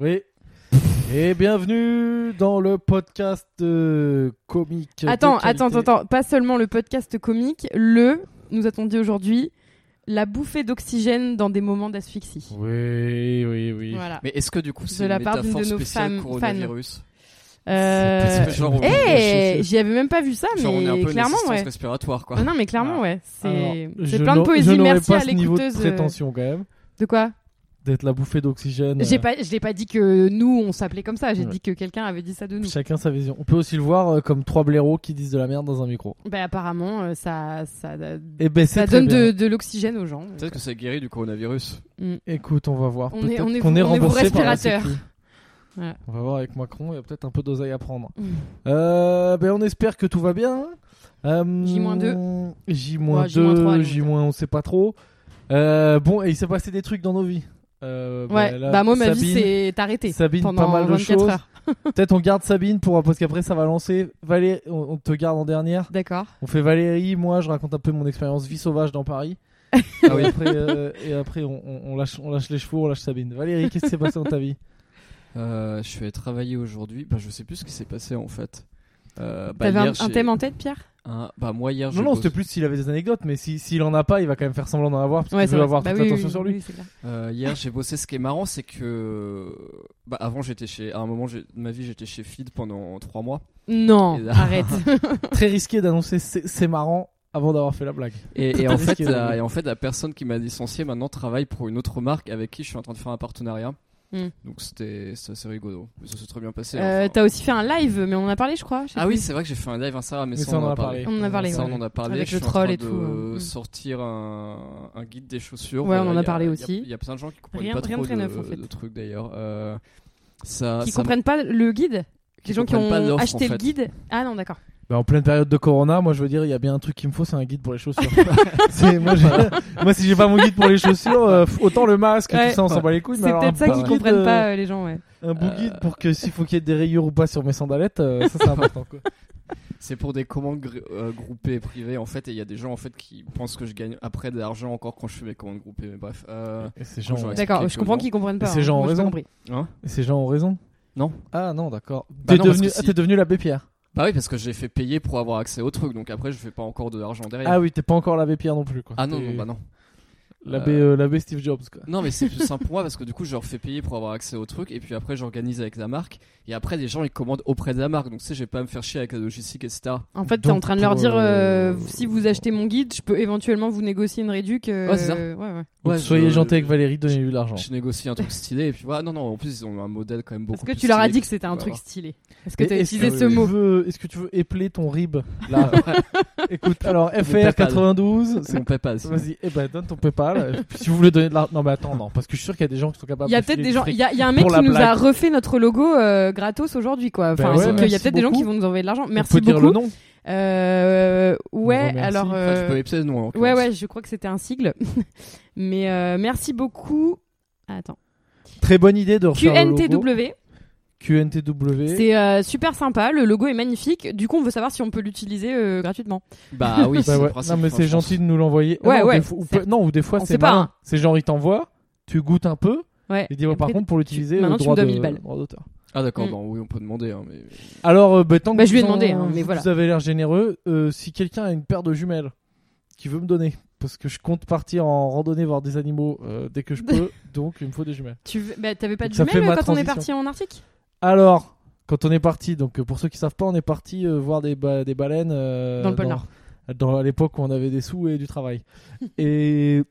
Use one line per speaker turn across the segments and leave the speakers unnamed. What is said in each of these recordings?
Oui. Et bienvenue dans le podcast euh, comique. de
Attends,
qualité.
attends, attends, pas seulement le podcast comique, le, nous a-t-on dit aujourd'hui, la bouffée d'oxygène dans des moments d'asphyxie.
Oui, oui, oui.
Voilà.
Mais est-ce que du coup c'est
la
une
part d'une
métaphore
de nos
spéciale
femmes-
coronavirus
Euh,
Parce que genre, on-
Eh, j'y avais même pas vu ça,
genre, on est un
mais
peu une
clairement,
assistance
ouais.
respiratoire quoi.
Ah non, mais clairement,
Ah.
ouais.
Alors,
C'est
je
c'est plein de
n'a- je
poésie.
n'aurais
Merci
pas
à
ce niveau de
l'écouteuse. euh,
prétention quand même,
De quoi
d'être la bouffée d'oxygène.
J'ai
euh,
pas, je l'ai pas dit que nous on s'appelait comme ça. J'ai
Ouais.
dit que quelqu'un avait dit ça de nous.
Chacun sa vision. On peut aussi le voir euh, comme trois blaireaux qui disent de la merde dans un micro.
Bah apparemment, euh, ça, ça,
Et ben c'est
ça
très
donne
bien.
de, de l'oxygène aux gens.
Peut-être que ça guérit du coronavirus.
Écoute, on va voir.
On est-
Peut-être
on est
qu'on
vous-
est
on est vous
remboursé par la
respirateur.
Sécu.
Voilà.
On va voir avec Macron, il y a peut-être un peu d'oseille à prendre.
Mm.
Euh, ben on espère que tout va bien. Euh,
J-2. Ouais, J-3, allez, on
J-2,
va
J-
dire.
on sait pas trop. Euh, bon, et il s'est passé des trucs dans nos vies. Euh, ben
Ouais.
là,
bah moi ma vie
Sabine-
c'est arrêté
Sabine,
pendant
pas mal de
24
choses.
heures.
Peut-être on garde Sabine pour parce qu'après ça va lancer. Valérie, on, on te garde en dernière.
D'accord.
On fait Valérie, moi je raconte un peu mon expérience vie sauvage dans Paris.
Ah oui.
Et après, euh, et après on, on- on lâche, on lâche les chevaux, on lâche Sabine. Valérie, qu'est-ce qui s'est passé dans ta vie
Euh, je suis allé travailler aujourd'hui. Bah je sais plus ce qui s'est passé en fait. Euh, bah,
T'avais un,
hier, j'ai-
un thème en tête, Pierre
un- Bah moi hier je
Non, non,
bosse-
c'était plus s'il avait des anecdotes, mais si- s'il en a pas, il va quand même faire semblant d'en avoir parce qu'il
c'est
veut
vrai.
avoir
Bah
toute
oui,
l'attention
oui,
sur
oui,
lui.
c'est clair.
Euh, hier, j'ai bossé. Ce qui est marrant, c'est que bah, avant, j'étais chez. À un moment j'ai- de ma vie, j'étais chez Feed pendant trois mois.
Non,
Et là-
arrête.
Très risqué d'annoncer c'est c'est marrant avant d'avoir fait la blague.
Et, et
Tout à fait
en fait,
ce qu'il y a
la,
dedans.
et en fait, la personne qui m'a licencié maintenant travaille pour une autre marque avec qui je suis en train de faire un partenariat.
Mm.
Donc c'était c'est assez rigolo. Ça s'est très bien passé.
Euh,
enfin.
T'as aussi fait un live, mais on en a parlé, je crois. je sais
Ah
plus.
oui, c'est vrai que j'ai fait un live Instagram, mais,
Mais
ça, on en a parlé.
On en a parlé,
Ça,
Ah, ouais.
on en a parlé.
Avec
je
le
suis en
troll
train
et
de
tout, ouais.
sortir un, un guide des chaussures.
Ouais, on en a
il y
parlé
il y
aussi.
Il y, a plein de gens qui comprennent
Rien-
pas
rien
trop
de très
de,
neuf, en fait.
de trucs d'ailleurs. Euh, ça,
Qui
ça-
comprennent pas le guide
qui
Les gens qui
comprennent pas
ont
l'offre, en
acheté le
fait.
guide Ah non, d'accord.
Bah, en pleine période de Corona, moi je veux dire, il y a bien un truc qu'il me faut, c'est un guide pour les chaussures. C'est- moi, j'ai- moi, si j'ai pas mon guide pour les chaussures, euh, autant le masque,
Ouais.
tout ça, on s'en bat les couilles.
C'est
mais alors un
peut-être ça
bon
qu'ils
guide,
comprennent
euh,
pas euh, les gens, ouais.
Un bon guide pour que s'il faut qu'il y ait des rayures ou pas sur mes sandalettes, euh, ça c'est important quoi.
C'est pour des commandes gr- euh, groupées et privées en fait. Et il y a des gens en fait qui pensent que je gagne après de l'argent encore quand je fais mes commandes groupées. Mais bref. euh,
Et ces gens,
gens- Bonjour, ouais.
D'accord,
expliquer
je
aux
comprends
gens.
qu'ils comprennent pas.
Ces
hein.
gens ont
Moi, j'ai
raison.
compris.
hein
ces gens ont raison.
Non.
Ah non, d'accord.
Bah
t'es
non, parce
devenu,
que si-
ah, t'es devenu l'abbé Pierre.
Bah oui, parce que j'ai fait payer pour avoir accès au truc. Donc après, je fais pas encore de l'argent derrière.
Ah oui, t'es pas encore l'abbé Pierre non plus quoi.
Ah non,
T'es
non, bah non.
L'abbé
Euh,
euh, l'abbé Steve Jobs quoi.
Non, mais c'est plus simple pour moi parce que du coup, je leur fais payer pour avoir accès au truc et puis après, j'organise avec la marque. Et après, les gens ils commandent auprès de la marque. Donc, tu sais, je vais pas me faire chier avec la logistique, etc.
En fait, t'es en
Donc,
train de leur
pour,
dire euh,
euh,
si vous achetez mon guide, je peux éventuellement vous négocier une réduc. euh,
Ouais, c'est ça.
Ouais, ouais.
Donc,
Ouais,
soyez
je-
gentil avec Valérie, donnez-lui de l'argent.
Je négocie un truc stylé et puis voilà. Non, non, en plus, ils ont un modèle quand même beaucoup
Est-ce que
plus
tu leur as
stylé
dit que c'était un
tu peux
truc
avoir.
stylé Est-ce que
Mais
t'as
est-ce
utilisé
que
ce
tu
mot
veux- Est-ce que tu veux épeler ton rib là Écoute, alors
PayPal.
FR92,
C'est
c'est-
mon PayPal. sinon.
vas-y, eh ben, donne ton PayPal. Puis si vous voulez donner de l'argent. Non, mais attends, non, parce que je suis sûr qu'il y a des gens qui sont capables
Il y a
de
peut-être
filer
des
du
gens. Il
fric.
y a, il y a un mec
Pour
qui
la
nous a
blague.
refait notre logo euh, gratos aujourd'hui, quoi.
Ben
Enfin,
ouais,
donc, il y a
merci
peut-être des gens qui
beaucoup.
vont nous envoyer de l'argent.
On
Merci
peut
beaucoup.
dire le nom.
Euh, ouais,
remercie.
alors.
Enfin,
euh,
tu peux épeler, non. en
ouais,
l'occurrence.
ouais, je crois que c'était un sigle. Mais euh, merci beaucoup. Attends.
Très bonne idée de refaire le logo.
QNTW.
QNTW.
C'est euh, super sympa. Le logo est magnifique. Du coup, on veut savoir si on peut l'utiliser euh, gratuitement.
Bah oui,
Bah
c'est le
ouais.
principe,
Non, mais
enfin,
c'est
je pense.
gentil de nous l'envoyer.
Ouais,
non,
ouais,
des fois- ou
c'est-
pe- non, ou des fois,
On
c'est
sait pas,
malin.
hein.
C'est genre, il t'envoie, tu goûtes un peu,
Ouais.
et dis, ouais, par
Après,
contre, pour l'utiliser,
maintenant,
euh,
tu
droit
me dois
de-
1000 balles.
droit d'auteur.
Ah d'accord,
Mm.
bon, oui, on peut demander. hein, mais...
Alors, euh, bah, tant
Bah,
que
je lui ai
vous en-
demandé, hein,
vous-
mais voilà.
Vous avez l'air généreux. euh, si quelqu'un a une paire de jumelles qui veut me donner, parce que je compte partir en randonnée voir des animaux euh, dès que je peux, donc il me faut des jumelles.
Tu veux- bah, t'avais pas de
Ça fait
jumelles
ma
quand on est
transition.
parti en Arctique
Alors, quand on est parti, donc euh, pour ceux qui savent pas, on est parti euh, voir des, ba- des baleines euh,
Dans le pôle Nord.
dans- à l'époque où on avait des sous et du travail. et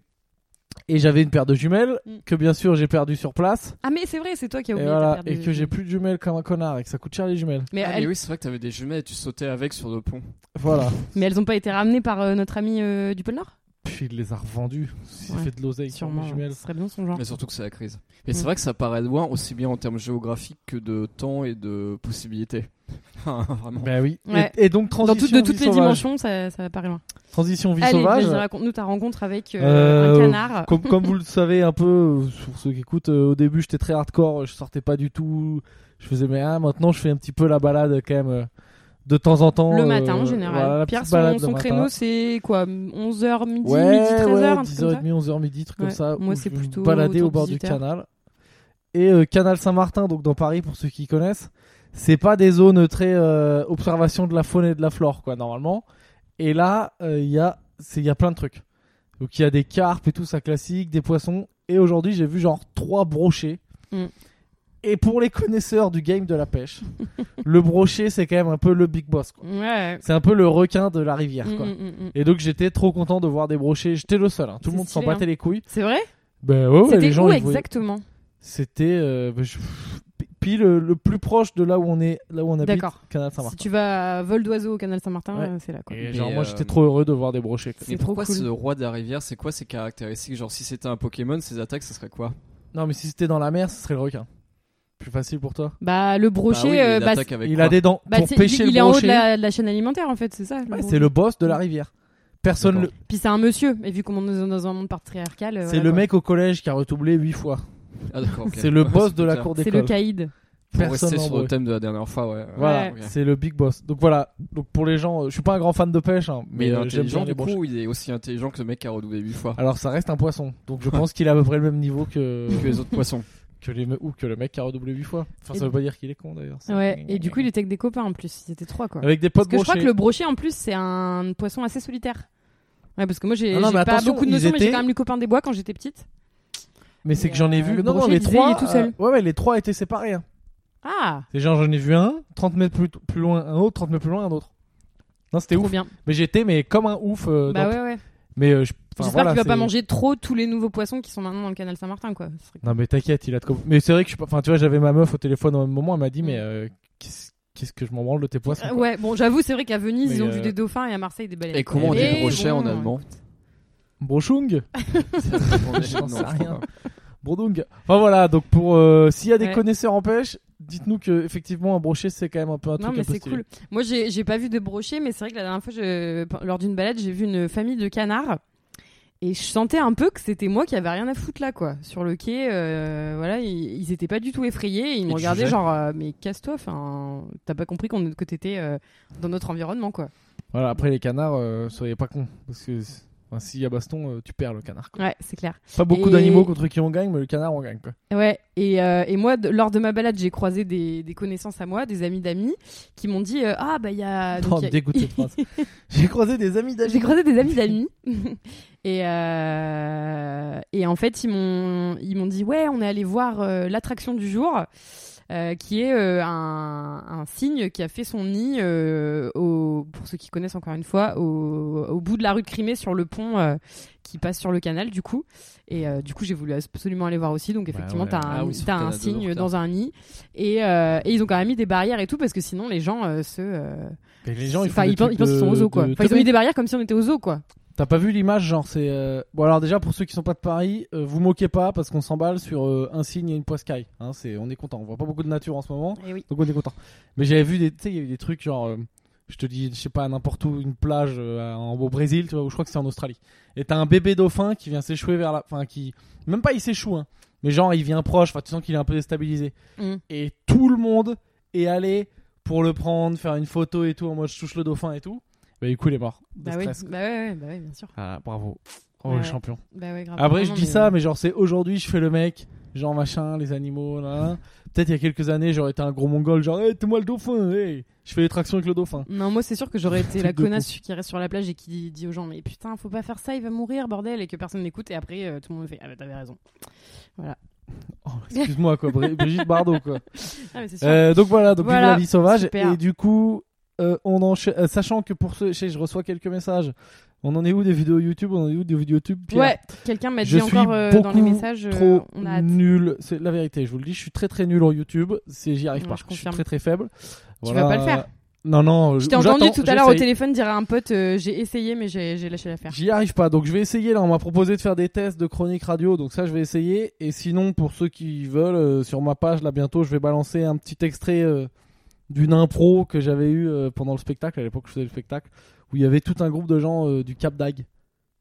et j'avais une paire de jumelles
Mm.
que bien sûr j'ai perdu sur place.
Ah, mais c'est vrai, c'est toi qui
Et
as oublié ta
voilà,
paire de-
et que j'ai plus de jumelles comme un connard et que ça coûte cher les jumelles.
Mais,
Ah, mais
elles...
oui, c'est vrai que t'avais des jumelles et tu sautais avec sur le pont.
Voilà.
mais elles ont pas été ramenées par euh, notre ami euh, du pôle Nord
Puis il les a revendues. Il
Ouais,
fait de l'oseille sur mes
Sûrement. ouais.
jumelles.
Ce serait bien son genre.
Mais surtout que c'est la crise. Mais
Mm.
c'est vrai que ça paraît loin, aussi bien en termes géographiques que de temps et de possibilités. Vraiment.
Bah,
Ben oui.
Ouais.
Et, et donc
Dans
transition
tout- de toutes
vie
les
sauvage.
dimensions, ça, ça paraît loin.
Transition vie
Allez,
sauvage.
vas-y, raconte-nous ta rencontre avec euh,
Euh,
un canard.
comme, comme vous le savez un peu, euh, pour ceux qui écoutent, euh, au début j'étais très hardcore, euh, je sortais pas du tout, je faisais mais ah, maintenant je fais un petit peu la balade quand même euh, de temps en temps.
Le
euh,
matin en général.
voilà, la
Pierre,
petite balade
son,
le
son
matin.
créneau, c'est quoi 11h, midi,
ouais,
midi, 13h,
ouais,
un truc comme ça
10h30, 11h midi, truc
Ouais,
comme ça.
moi,
où
c'est
je me
plutôt
baladais au bord
autour de
du
18h.
canal. et euh, Canal Saint-Martin, donc dans Paris pour ceux qui connaissent, c'est pas des zones très euh, observation de la faune et de la flore quoi normalement. Et là, euh, il y a c'est il y a plein de trucs. Donc il y a des carpes et tout ça classique, des poissons et aujourd'hui, j'ai vu genre trois brochets.
Mm.
Et pour les connaisseurs du game de la pêche, le brochet c'est quand même un peu le big boss quoi.
Ouais.
C'est un peu le requin de la rivière quoi.
Mm, mm, mm, mm.
Et donc j'étais trop content de voir des brochets. J'étais le seul, hein. tout
C'est
le monde s'en
stylé,
battait les couilles.
C'est vrai
Bah,
Ben ouais, ouais,
C'était
les gens
où
ils voyaient-
exactement
C'était euh, ben, je- pile euh, le plus proche de là où on est, là où on habite,
D'accord.
Canal
Si
Saint-Martin.
tu vas à vol d'oiseau au canal Saint-Martin,
Ouais.
euh, c'est là quoi.
Et
Mais,
genre moi
euh,
j'étais trop heureux de voir des brochets. quoi.
C'est
Mais
trop
pourquoi
cool.
c'est le roi de la rivière C'est quoi ses caractéristiques Genre, si c'était un Pokémon, ses attaques, ça serait quoi
Non mais si c'était dans la mer, ce serait le requin. Plus facile pour toi.
Bah le
Bah oui,
brochet,
mais
euh,
il
bah,
attaque avec
il
quoi
a des dents
Bah,
pour
c'est-
pêcher
il, il
le
est en haut
brochet.
de la, de la chaîne alimentaire en fait, c'est ça. le
ouais,
gros.
c'est le boss de la rivière. Personne. le-
D'accord.
Puis c'est un monsieur, et vu qu'on est dans un monde patriarcal. euh,
C'est
voilà,
le
quoi.
mec au collège qui a retoublé huit fois.
Ah, d'accord, ok.
C'est le boss de la
Putain.
cour
C'est le
d'école.
caïd.
Pour rester
Personne
sur
en
le thème de la dernière fois, ouais.
Voilà,
Ok.
c'est le big boss. Donc voilà, donc pour les gens, euh, je suis pas un grand fan de pêche, hein,
Mais
mais
il est
euh, j'aime bien
intelligent,
les
du
brochets.
coup, il est aussi intelligent que le mec qui a redoublé 8 fois.
Alors ça reste un poisson, donc je pense qu'il a à peu près le même niveau que
Que les autres poissons.
que les me- ou que le mec qui a redoublé 8 fois. Enfin
Et-
ça veut pas dire qu'il est con d'ailleurs. c'est-
Ouais, et du coup il était avec des copains en plus, ils étaient trois quoi.
avec des
Parce
potes
que je crois
Euh, brochets.
que le brochet en plus c'est un poisson assez solitaire. Ouais, parce que moi j'ai
Non, Ah non,
j'ai
mais
pas
attention,
beaucoup de
ils
notions, mais j'ai
étaient-
quand même lu copain des bois quand j'étais petite.
Mais c'est que j'en ai
Euh,
vu
le
non, non,
brochet,
les
il disait, il
trois
est tout seul.
euh, ouais ouais, les trois étaient séparés. hein.
Ah,
C'est genre j'en ai vu un 30 mètres plus, plus loin un autre, 30 mètres plus loin un autre. Non, c'était
trop
ouf.
bien.
Mais j'étais mais comme un ouf euh,
Bah
dans-
ouais, ouais.
mais euh, je- enfin,
J'espère
voilà,
qu'il va pas
c'est-
manger trop tous les nouveaux poissons qui sont maintenant dans le canal Saint-Martin quoi. Ce serait-
Non mais t'inquiète, il a de quoi- Mais c'est vrai que je suis pas- enfin tu vois, j'avais ma meuf au téléphone au même moment, elle m'a dit mais euh, qu'est-ce qu'est-ce que je m'en branle de tes poissons
Mm. Euh,
quoi.
ouais, bon, j'avoue, c'est vrai qu'à Venise,
Mais,
ils ont
euh,
vu des dauphins et à Marseille des baleines.
Et comment on
Et
dit
bon,
brochet en allemand
Brochung
Non,
J'en sais
je crois
rien.
pas. Ah
Bourdung. Enfin voilà, donc pour euh, s'il y a des
Ouais.
connaisseurs en pêche, dites-nous que effectivement un brochet c'est quand même un peu un
Non,
truc
mais
un peu
c'est
stylé.
cool. Moi, j'ai j'ai pas vu de brochet, mais c'est vrai que la dernière fois, je- lors d'une balade, j'ai vu une famille de canards. Et je sentais un peu que c'était moi qui avait rien à foutre là, quoi. Sur le quai, euh, voilà, ils, ils étaient pas du tout effrayés. Ils me
tu
regardaient
jugeais
genre, euh, mais casse-toi, enfin, t'as pas compris qu'on que t'étais euh, dans notre environnement, quoi.
Voilà, après les canards, euh, soyez pas cons parce que c'est- enfin, s'il y a baston, euh, tu perds le canard. quoi.
Ouais, c'est clair.
Pas beaucoup
Et-
d'animaux contre qui on gagne, mais le canard on gagne quoi.
Ouais. Et, euh, et moi, de- lors de ma balade, j'ai croisé des, des connaissances à moi, des amis d'amis, qui m'ont dit, euh, ah bah il y a. donc,
Oh,
il y
me
a-
dégoûte cette phrase. J'ai croisé des amis d'amis.
J'ai croisé des amis d'amis. et, euh, et en fait, ils m'ont, ils m'ont dit Ouais, on est allé voir euh, l'attraction du jour, euh, qui est euh, un, un cygne qui a fait son nid, euh, au, pour ceux qui connaissent encore une fois, au, au bout de la rue de Crimée, sur le pont euh, qui passe sur le canal, du coup. Et euh, du coup, j'ai voulu absolument aller voir aussi. Donc,
Bah
effectivement,
ouais.
t'as un,
Ah oui, sur
t'as
le
un
Canada de
cygne
Nord,
dans un nid. Et, euh, et ils ont quand même mis des barrières et tout, parce que sinon, les gens euh, se. euh,
Mais les gens ils,
enfin,
font des
ils pensent
trucs
ils pensent qu'ils sont
de-
aux zoos, quoi.
de
Enfin, ils ont mis
teubés.
des barrières comme si on était aux zoos, quoi.
T'as pas vu l'image genre c'est euh, bon alors déjà pour ceux qui sont pas de Paris, euh, vous moquez pas parce qu'on s'emballe sur euh, un cygne et une poiscaille. Hein, c'est on est content. On voit pas beaucoup de nature en ce moment.
Et Eh oui.
Donc on est content. Mais j'avais vu des, tu sais, il y a eu des trucs genre, euh, je te dis, je sais pas, n'importe où, une plage euh, en, au Brésil, tu vois, ou je crois que c'est en Australie. Et t'as un bébé dauphin qui vient s'échouer vers la, enfin qui, même pas il s'échoue, hein, mais genre il vient proche, enfin tu sens qu'il est un peu déstabilisé.
Mm.
Et tout le monde est allé pour le prendre, faire une photo et tout, en mode je touche le dauphin et tout. Bah du coup il est mort. de
Bah oui,
stress.
bah ouais, ouais, bah ouais, bien sûr.
Ah bravo, oh
Ouais,
le
ouais.
champion.
Bah ouais, grave.
Après
Non,
je
non,
dis
mais-
ça, mais genre c'est aujourd'hui je fais le mec, genre machin, les animaux, là. là. Peut-être il y a quelques années j'aurais été un gros mongol, genre hey, t'es moi le dauphin, hey, je fais les tractions avec le dauphin.
Non, moi c'est sûr que j'aurais été la
Truc de
connasse qui reste sur la plage et qui dit, dit aux gens mais putain faut pas faire ça il va mourir bordel et que personne n'écoute et après euh, tout le monde fait ah bah t'avais raison.
Oh, excuse-moi quoi, Bri- Brigitte Bardot quoi.
Ah mais c'est sûr.
Euh, donc voilà, donc vive
Voilà,
la vie sauvage
super.
et du coup euh, on enchaîne, euh, sachant que pour ceux, je, sais, je reçois quelques messages. On en est où des vidéos YouTube On en est où des vidéos YouTube Pierre
ouais, quelqu'un m'a
je
dit
suis
encore euh, dans les
beaucoup
messages euh,
Trop
on a hâte.
nul, c'est la vérité. Je vous le dis, je suis très très nul en YouTube. C'est j'y arrive
Ouais,
pas.
je
Je, suis
confirme.
très très faible.
Tu vas pas le faire.
Non non.
Je t'ai entendu
j'attends,
tout à l'heure au
j'essaye.
téléphone dire à un pote euh, j'ai essayé mais j'ai j'ai lâché l'affaire.
J'y arrive pas, donc je vais essayer. Là, on m'a proposé de faire des tests de chronique radio, donc ça, je vais essayer. Et sinon, pour ceux qui veulent, euh, sur ma page, là, bientôt, je vais balancer un petit extrait euh, d'une impro que j'avais eu euh, pendant le spectacle, à l'époque où je faisais le spectacle, où il y avait tout un groupe de gens euh, du Cap d'Ag.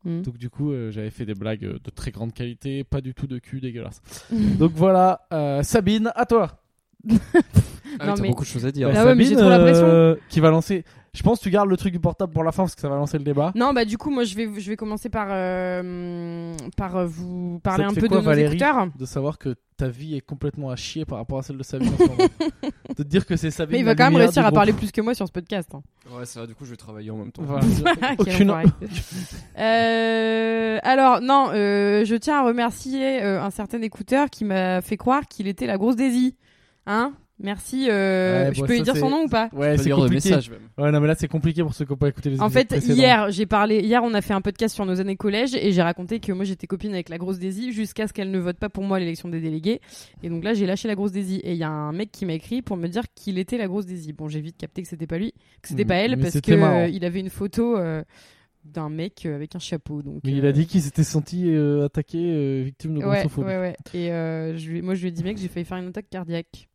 Mm.
Donc, du coup, euh, j'avais fait des blagues euh, de très grande qualité, pas du tout de cul dégueulasse. donc voilà, euh, Sabine, à toi.
Ah,
Non,
t'as
mais-
beaucoup de choses à dire.
Bah,
Bah ouais, mais j'ai trop la pression.
qui va lancer. Je pense que tu gardes le truc du portable pour la fin parce que ça va lancer le débat.
Non, bah du coup, moi, je vais, je vais commencer par, euh, par euh, vous parler
te
un
fait
peu
quoi,
de nos
Valérie
écouteurs.
De savoir que ta vie est complètement à chier par rapport à celle de Sabine. en ce moment. de te dire que c'est Sabine.
Mais il
la
va quand même
lumière
réussir
du
à
groupe.
parler plus que moi sur ce podcast. hein.
Ouais, ça va, du coup, je vais travailler en même temps.
Voilà.
Ah, Quel
Aucune-
enfoiré. Euh, alors non, euh, je tiens à remercier euh, un certain écouteur qui m'a fait croire qu'il était la grosse Daisy. Hein Merci. euh,
Ouais,
je
bon,
peux lui
ça,
dire son
c'est-
nom ou pas
Ouais,
Je peux
Eh, c'est
lire des
compliqué.
messages même.
Ouais, non, mais là, c'est compliqué pour ceux qui n'ont pas écouté les
En fait,
épisodes précédents.
hier, j'ai parlé. Hier, on a fait un podcast sur nos années collège et j'ai raconté que moi j'étais copine avec la grosse Daisy jusqu'à ce qu'elle ne vote pas pour moi à l'élection des délégués. Et donc là, j'ai lâché la grosse Daisy. Et il y a un mec qui m'a écrit pour me dire qu'il était la grosse Daisy. Bon, j'ai vite capté que c'était pas lui, que c'était
Mm,
pas elle,
mais
parce que
c'était marrant.
euh, il avait une photo euh, d'un mec euh, avec un chapeau. Donc,
Mais
euh,
il a dit qu'il s'était senti euh, attaqué, euh, victime de
Ouais,
grossophobie.
ouais, ouais. Et euh, je lui- moi, je lui ai dit, mec, j'ai failli faire une attaque cardiaque.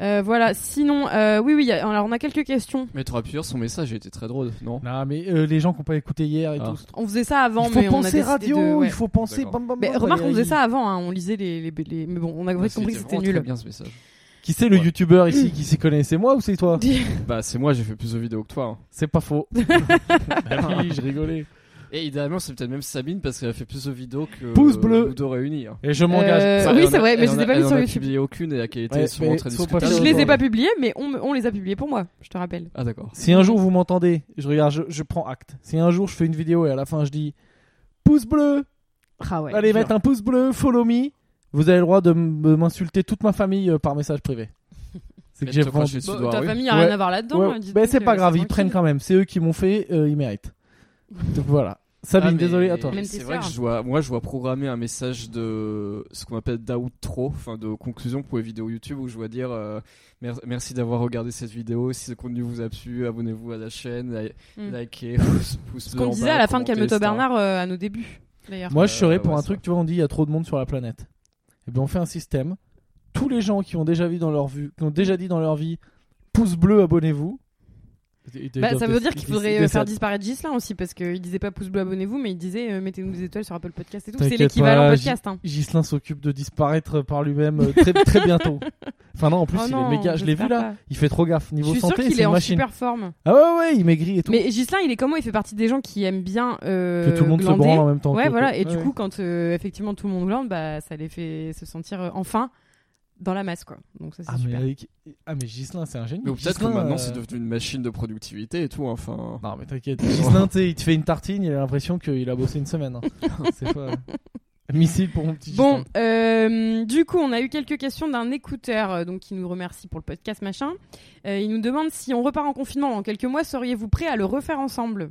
Euh, voilà, sinon, euh, oui, oui, y a- alors on a quelques questions.
Mais t'aurais pu lire son message, il était très drôle, non
Non, mais euh, les gens qui n'ont pas écouté hier et
Ah.
tout.
On faisait ça avant,
il faut
mais on a
penser
décidé
radio,
de- ouais.
il faut penser
D'accord.
bam bam
Mais
bam,
remarque, on
Valérie.
faisait ça avant, hein, on lisait les, les, les- Mais bon, on a
Ah,
compris compris que c'était
vraiment très
nul.
bien ce message.
Qui c'est le
Ouais.
youtubeur ici qui s'y connaît C'est moi ou c'est toi
Bah, c'est moi, j'ai fait plus de vidéos que toi. hein.
C'est pas faux. Ah oui, je rigolais.
Et idéalement, c'est peut-être même Sabine parce qu'elle a fait plus de vidéos que
Pouce bleu.
nous deux réunis. hein.
Et je m'engage.
Euh,
Ça-
oui,
elle en
c'est
a-
vrai, mais
elle
je
en
les ai
a-
pas mis
elle en
sur
a
YouTube.
publié aucune et la qualité
Ouais,
est souvent
mais
très
faut pas
discutable.
faire
Je les ai
aujourd'hui.
pas publiés, mais on, me- on les a publiés pour moi, je te rappelle.
Ah, d'accord.
Si un jour vous m'entendez, je regarde, je, je prends acte. Si un jour je fais une vidéo et à la fin je dis pouce bleu,
Ah ouais.
allez
sûr.
mettre un pouce bleu, follow me, vous avez le droit de m- de m'insulter toute ma famille euh, par message privé. C'est que
Mais
j'ai
je te crache
vendu.
dessus,
Bon,
Edouard,
ta
oui.
famille a
Ouais.
rien à voir là-dedans.
Ouais,
hein, dites
mais
donc,
c'est pas
euh,
grave, ils
tranquille.
prennent quand même. C'est eux qui m'ont fait, euh, ils méritent. Donc voilà. Sabine,
Ah, mais-
désolé à toi.
Même
C'est
tes
vrai que
sœurs.
je dois, moi, je dois programmer un message de ce qu'on appelle d'outro, enfin de conclusion pour les vidéos YouTube où je dois dire euh, mer- merci d'avoir regardé cette vidéo. Si le contenu vous a plu, abonnez-vous à la chaîne, li-
Mm.
likez, pouce- pouce
Ce
bleu
qu'on
en
disait
bas,
à la fin de
commentez,
Calme-toi
etc.
Bernard euh, à nos débuts, d'ailleurs.
Moi, je
Euh,
serais pour
ouais,
un
c'est
truc, tu vois, on dit il y a trop de monde sur la planète. Et bien, on fait un système. Tous les gens qui ont déjà vu dans leur vue, qui ont déjà dit dans leur vie, pouce bleu, abonnez-vous.
Bah, ça veut dire qu'il faudrait euh, faire
des
disparaître Gislain aussi parce qu'il disait pas pouce bleu abonnez-vous mais il disait euh, mettez-nous des étoiles sur Apple Podcast et tout. C'est
T'inquiète
l'équivalent
pas,
podcast. Hein.
Gislin s'occupe de disparaître par lui-même euh, très, très bientôt. Enfin non, en plus
Oh
il
non,
est méga, je l'ai vu
j'espère
là,
pas.
il fait trop gaffe
Je
niveau
suis sûr
santé,
qu'il
c'est
est
une
en
machine.
super forme.
Ah ouais ouais, il maigrit et tout.
Mais Gislain il est comme moi, il fait partie des gens qui aiment bien euh,
que tout le monde se
glander.
branle en même temps.
Ouais
que-
voilà et
Ouais,
du
ouais.
coup quand euh, effectivement tout le monde glande bah ça les fait se sentir euh, enfin dans la masse quoi. Donc ça c'est
ah mais,
super.
Eric- ah mais Gislin c'est un génie.
Mais peut-être que
Ghislain, euh,
maintenant
Bah.
c'est devenu une machine de productivité et tout. hein, Enfin,
Non mais t'inquiète, Gislin tu sais, il te fait une tartine, il a l'impression qu'il a bossé une semaine. hein. c'est pas missile pour mon petit
Bon,
Ghislain.
euh, du coup, on a eu quelques questions d'un écouteur euh, donc qui nous remercie pour le podcast machin. Euh, il nous demande si on repart en confinement dans quelques mois, seriez-vous prêt à le refaire ensemble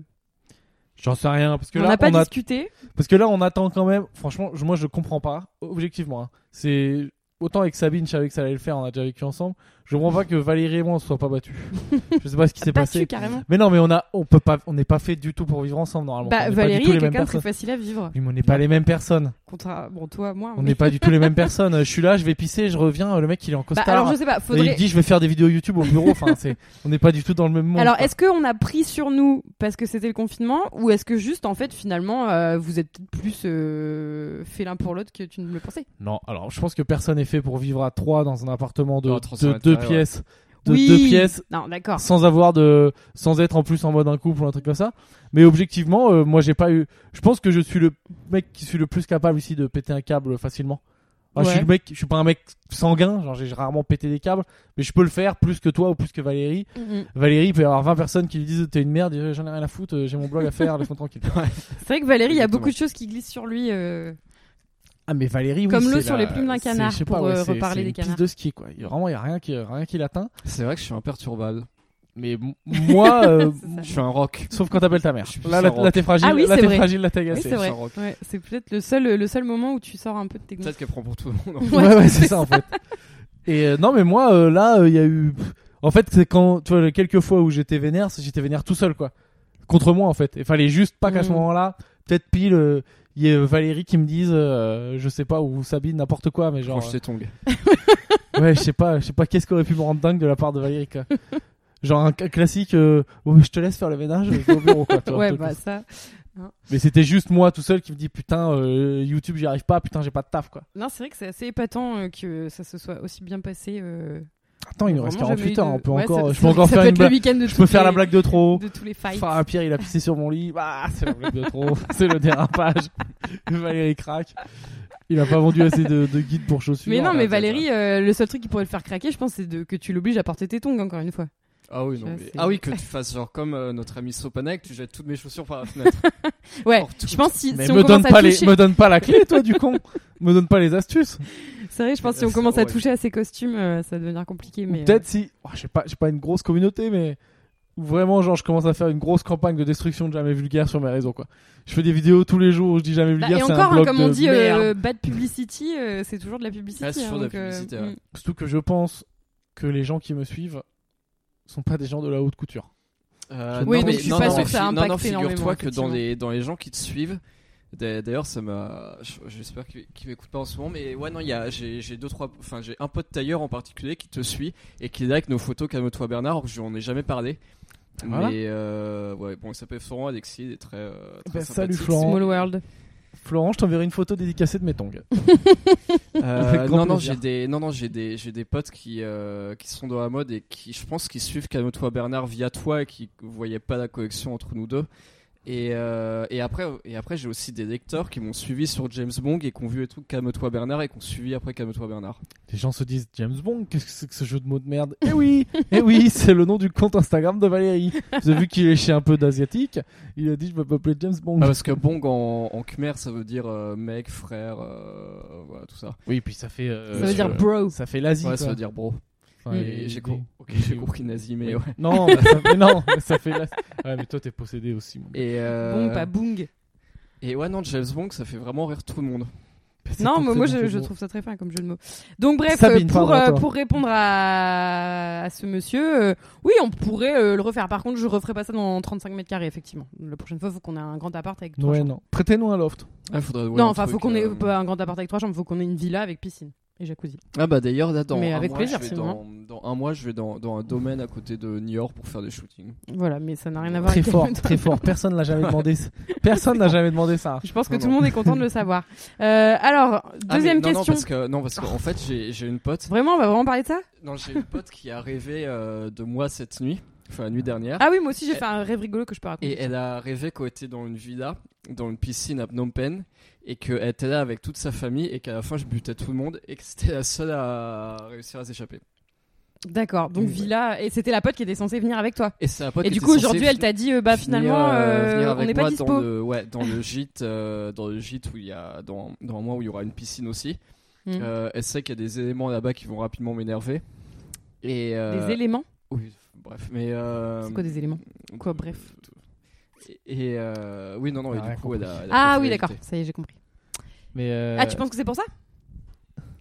J'en sais rien parce que
On
là
n'a pas
on a-
discuté.
parce que là on attend quand même. Franchement, je- moi je comprends pas objectivement. hein. C'est autant avec Sabine, je savais que ça allait le faire, on a déjà vécu ensemble. Je comprends pas que Valérie et moi on se soit pas battus. je sais pas ce qui s'est
Battu
passé.
carrément.
Mais non, mais on a, on peut pas, on n'est pas fait du tout pour vivre ensemble normalement.
Bah,
on n'est pas du
Valérie
tout
est
les mêmes
quelqu'un de
personnes.
très facile à vivre.
Oui, mais on n'est pas les mêmes personnes.
Contra... Bon, toi, moi.
On
mais-
n'est pas du tout les mêmes personnes. Je suis là, je vais pisser, je reviens. Le mec, il est en
Bah,
costard.
alors, je sais pas.
Et Il
Faudrait.
me dit, je vais faire des vidéos YouTube au bureau. Enfin, c'est, on n'est pas du tout dans le même monde.
Alors,
quoi.
est-ce qu'on a pris sur nous parce que c'était le confinement ou est-ce que juste, en fait, finalement, euh, vous êtes peut-être plus euh, fait l'un pour l'autre que tu ne le pensais
non, alors je pense que personne n'est fait pour vivre à trois dans un appartement de,
Dans un 35
de
mètres
deux
carrés, ouais.
pièces, de
Oui. Ah.
deux pièces,
Non, d'accord.
sans avoir de, sans être en plus en mode un couple ou un truc comme ça. Mais objectivement, euh, moi, j'ai pas eu. Je pense que je suis le mec qui suis le plus capable ici de péter un câble facilement. Enfin, Je suis
Ouais.
le mec, je suis pas un mec sanguin, genre j'ai rarement pété des câbles, mais je peux le faire plus que toi ou plus que Valérie.
Mhm.
Valérie, il peut y avoir 20 personnes qui lui disent t'es une merde, j'en ai rien à foutre, euh, j'ai mon blog à faire, laisse-moi tranquille.
C'est vrai que Valérie, il y a
Exactement.
beaucoup de choses qui glissent sur lui. euh,
Ah mais Valérie, oui,
Comme l'eau
c'est
sur
la-
les plumes d'un
c'est-
canard,
je sais
pour,
pas, ouais,
euh,
c'est-
reparler
c'est
des
une piste
canards.
de ski quoi. Il y a vraiment, il y a rien qui, rien qui l'atteint.
c'est vrai que je suis imperturbable.
Mais m- moi, euh,
C'est ça.
Je suis un rock.
sauf quand t'appelles ta mère.
Je suis plus
Là,
un
là,
rock.
là, t'es fragile,
Ah oui,
là
c'est
t'es
vrai.
fragile, là t'es
Oui,
agacé.
c'est vrai.
Sarah Rock.
Ouais, c'est peut-être le seul, le seul moment où tu sors un peu de tes gonds.
Peut-être qu'elle prend pour tout le monde. hein.
Ouais, ouais, c'est ça en fait. Et euh, non, mais moi, euh, là, euh, il y a eu. En fait, c'est quand, tu vois, les quelques fois où j'étais vénère, c'est- j'étais vénère tout seul, quoi. Contre moi, en fait. Il fallait juste pas qu'à ce
Mm.
moment-là, peut-être pile, euh, il y ait Valérie qui me dise, euh, je sais pas, ou Sabine, n'importe quoi, mais genre.
Franche tes tongs.
euh, ouais, je sais pas, je sais pas qu'est-ce qui aurait pu me rendre dingue de la part de Valérie, quoi. genre un ca- classique, euh, Ouais, je te laisse faire le ménage, je vais au bureau, quoi. tu vois,
Ouais,
tout le
bah
coup.
ça.
Mais c'était juste moi tout seul qui me dit, putain, euh, YouTube, j'y arrive pas, putain, j'ai pas de taf, quoi.
Non, c'est vrai que c'est assez épatant euh, que ça se soit aussi bien passé. euh,
Attends, il nous
Vraiment,
reste
jamais
48
eu
heures.
de-
On peut
Ouais, ça-
encore. Je
ça-
peux encore
ça
faire
peut
une
être le
blague.
week-end de
Je
tous
peux faire la
les-
blague de trop.
de tous les fights.
Enfin, Pierre, il a pissé sur mon lit. Bah, c'est la blague de trop. c'est le dérapage. Valérie craque. Il a pas vendu assez de, de guides pour chaussures.
mais non, mais
là,
Valérie, euh, le seul truc qui pourrait le faire craquer, je pense, c'est de- que tu l'obliges à porter tes tongs, encore une fois.
Ah oui, non,
Ça,
mais-
c'est-
ah oui, que tu fasses genre comme euh, notre ami Sopanek, tu jettes toutes mes chaussures par la fenêtre.
Ouais,
Or, tout-
je pense si,
Mais
si on
me donne
commence à
pas les,
toucher,
me donne pas la clé, toi, du con. me donne pas les astuces.
c'est vrai, je pense que si on
Ça,
commence à
ouais.
toucher à ses costumes, euh, ça va devenir compliqué.
Euh, Ou
Mais euh,
peut-être si, oh, je sais pas, j'ai pas une grosse communauté, mais où vraiment, genre, je commence à faire une grosse campagne de destruction de jamais vulgaire sur mes réseaux, quoi. Je fais des vidéos tous les jours où je dis jamais
Bah,
vulgaire,
et
c'est
encore,
un
hein,
blog
comme
de
on dit, euh,
merde.
bad publicity, euh, c'est toujours de la publicité.
Ah, c'est
hein,
toujours de la
donc, euh,
publicité, ouais.
mm.
Surtout que je pense que les gens qui me suivent sont pas des gens de la haute couture.
Euh,
Je-
non,
Oui,
mais
donc je suis
non,
pas
non,
sûre que
ça a
fi- non, non,
impacté
figure-toi
énormément,
que dans
effectivement.
les, dans les gens qui te suivent, d'a- d'ailleurs, ça m'a. j- J'espère qu'ils qu'ils m'écoutent pas en ce moment, mais ouais, non, il y a, j'ai, j'ai deux, trois. Enfin, j'ai un pote tailleur en particulier qui te suit et qui like nos photos Calme-toi Bernard, alors que je n'en ai jamais parlé.
Voilà.
Mais euh, ouais, bon, il s'appelle Florent Alexis, il est très. euh, très
Ben, salut,
sympathique.
Florent.
Small World.
Florent, je t'enverrai une photo dédicacée de mes tongs.
Euh,
Avec grand
non, non,
plaisir.
j'ai des, non, non, j'ai des, j'ai des potes qui, euh, qui sont dans la mode et qui, je pense, qui suivent Calme-toi Bernard via toi et qui voyaient pas la connexion entre nous deux. Et, euh, et après, et après j'ai aussi des lecteurs qui m'ont suivi sur James Bond et qui ont vu et tout Calme-toi Bernard et qui ont suivi après Calme-toi Bernard.
Les gens se disent James Bond, qu'est-ce que c'est que ce jeu de mots de merde Eh oui, eh oui, c'est le nom du compte Instagram de Valérie. Vous avez vu qu'il est chez un peu d'asiatique, il a dit je vais m'appeler James Bond.
Ah, parce que Bong en, en Khmer, ça veut dire euh, mec, frère, euh, voilà, tout ça.
Oui, puis ça fait. euh,
Ça veut dire
euh,
bro.
Ça fait l'Asie.
Ouais,
quoi.
ça veut dire bro.
Enfin,
Mm.
les-
Et j'ai
les-
com- ok, j'ai compris nazi, mais ouais.
Non, mais ça, mais non, mais ça fait. la- Ouais, mais toi t'es possédé aussi. Mon gars.
Et, euh,
Bon, pas boong.
et ouais, non, James Bond, ça fait vraiment rire tout le monde.
C'est
Non,
un
mais
très
moi
bon
je,
jeu de
je
mots.
trouve ça très fin comme jeu de mots. Donc bref,
Sabine,
euh, pour,
pardon,
euh,
toi.
pour répondre à, à ce monsieur, euh, oui, on pourrait euh, le refaire. Par contre, je referai pas ça dans 35 mètres carrés, effectivement. La prochaine fois, faut qu'on ait un grand appart avec trois
Ouais,
chambres.
non. Prêtez-nous un loft.
Ah, faudrait voir
non,
un
enfin, faut
truc,
qu'on ait
euh,
pas un grand appart avec trois chambres, faut qu'on ait une villa avec piscine et jacuzzi.
Ah bah d'ailleurs là dans
Mais
un
avec
mois,
plaisir,
je vais
sinon,
dans, dans un mois je vais dans, dans un domaine à côté de New York pour faire des shootings.
Voilà, mais ça n'a rien à voir
Très
avec
fort, très fort. Personne l'a jamais demandé. ça. Personne n'a jamais demandé ça.
Je pense que
Non,
tout le monde est content de le savoir. Euh, alors, deuxième
Ah, mais non,
question. Ah.
Non parce que non parce qu'en fait j'ai j'ai une pote
Vraiment, on va vraiment parler de ça
non j'ai une pote qui a rêvé euh, de moi cette nuit enfin la nuit dernière
Ah oui, moi aussi j'ai fait un rêve rigolo que je peux raconter.
Eh. et elle a rêvé qu'on était dans une villa dans une piscine à Phnom Penh et qu'elle était là avec toute sa famille et qu'à la fin je butais tout le monde et que c'était la seule à réussir à s'échapper.
D'accord, donc
eh. Ouais.
villa, et c'était la pote qui était censée venir avec toi.
Et c'est la pote
Et
qui
du
était
coup,
censée
aujourd'hui, elle t'a dit, euh, bah
finir,
finalement,
euh,
euh,
venir
on
avec
n'est pas
moi Dans
dispo.
le, ouais, dans le gîte, euh, dans le gîte où il y a dans, dans un mois où il y aura une piscine aussi.
Mm.
Euh, elle sait qu'il y a des éléments là-bas qui vont rapidement m'énerver. Et euh,
Des éléments
oui, bref, mais euh,
C'est quoi des éléments Quoi, bref
Et, et, euh, oui, non, non,
Ah,
et
rien
du coup, elle a- elle a
Ah
préféré
oui, d'accord,
éviter.
ça y est, j'ai compris.
Mais euh,
Ah, tu penses que c'est pour ça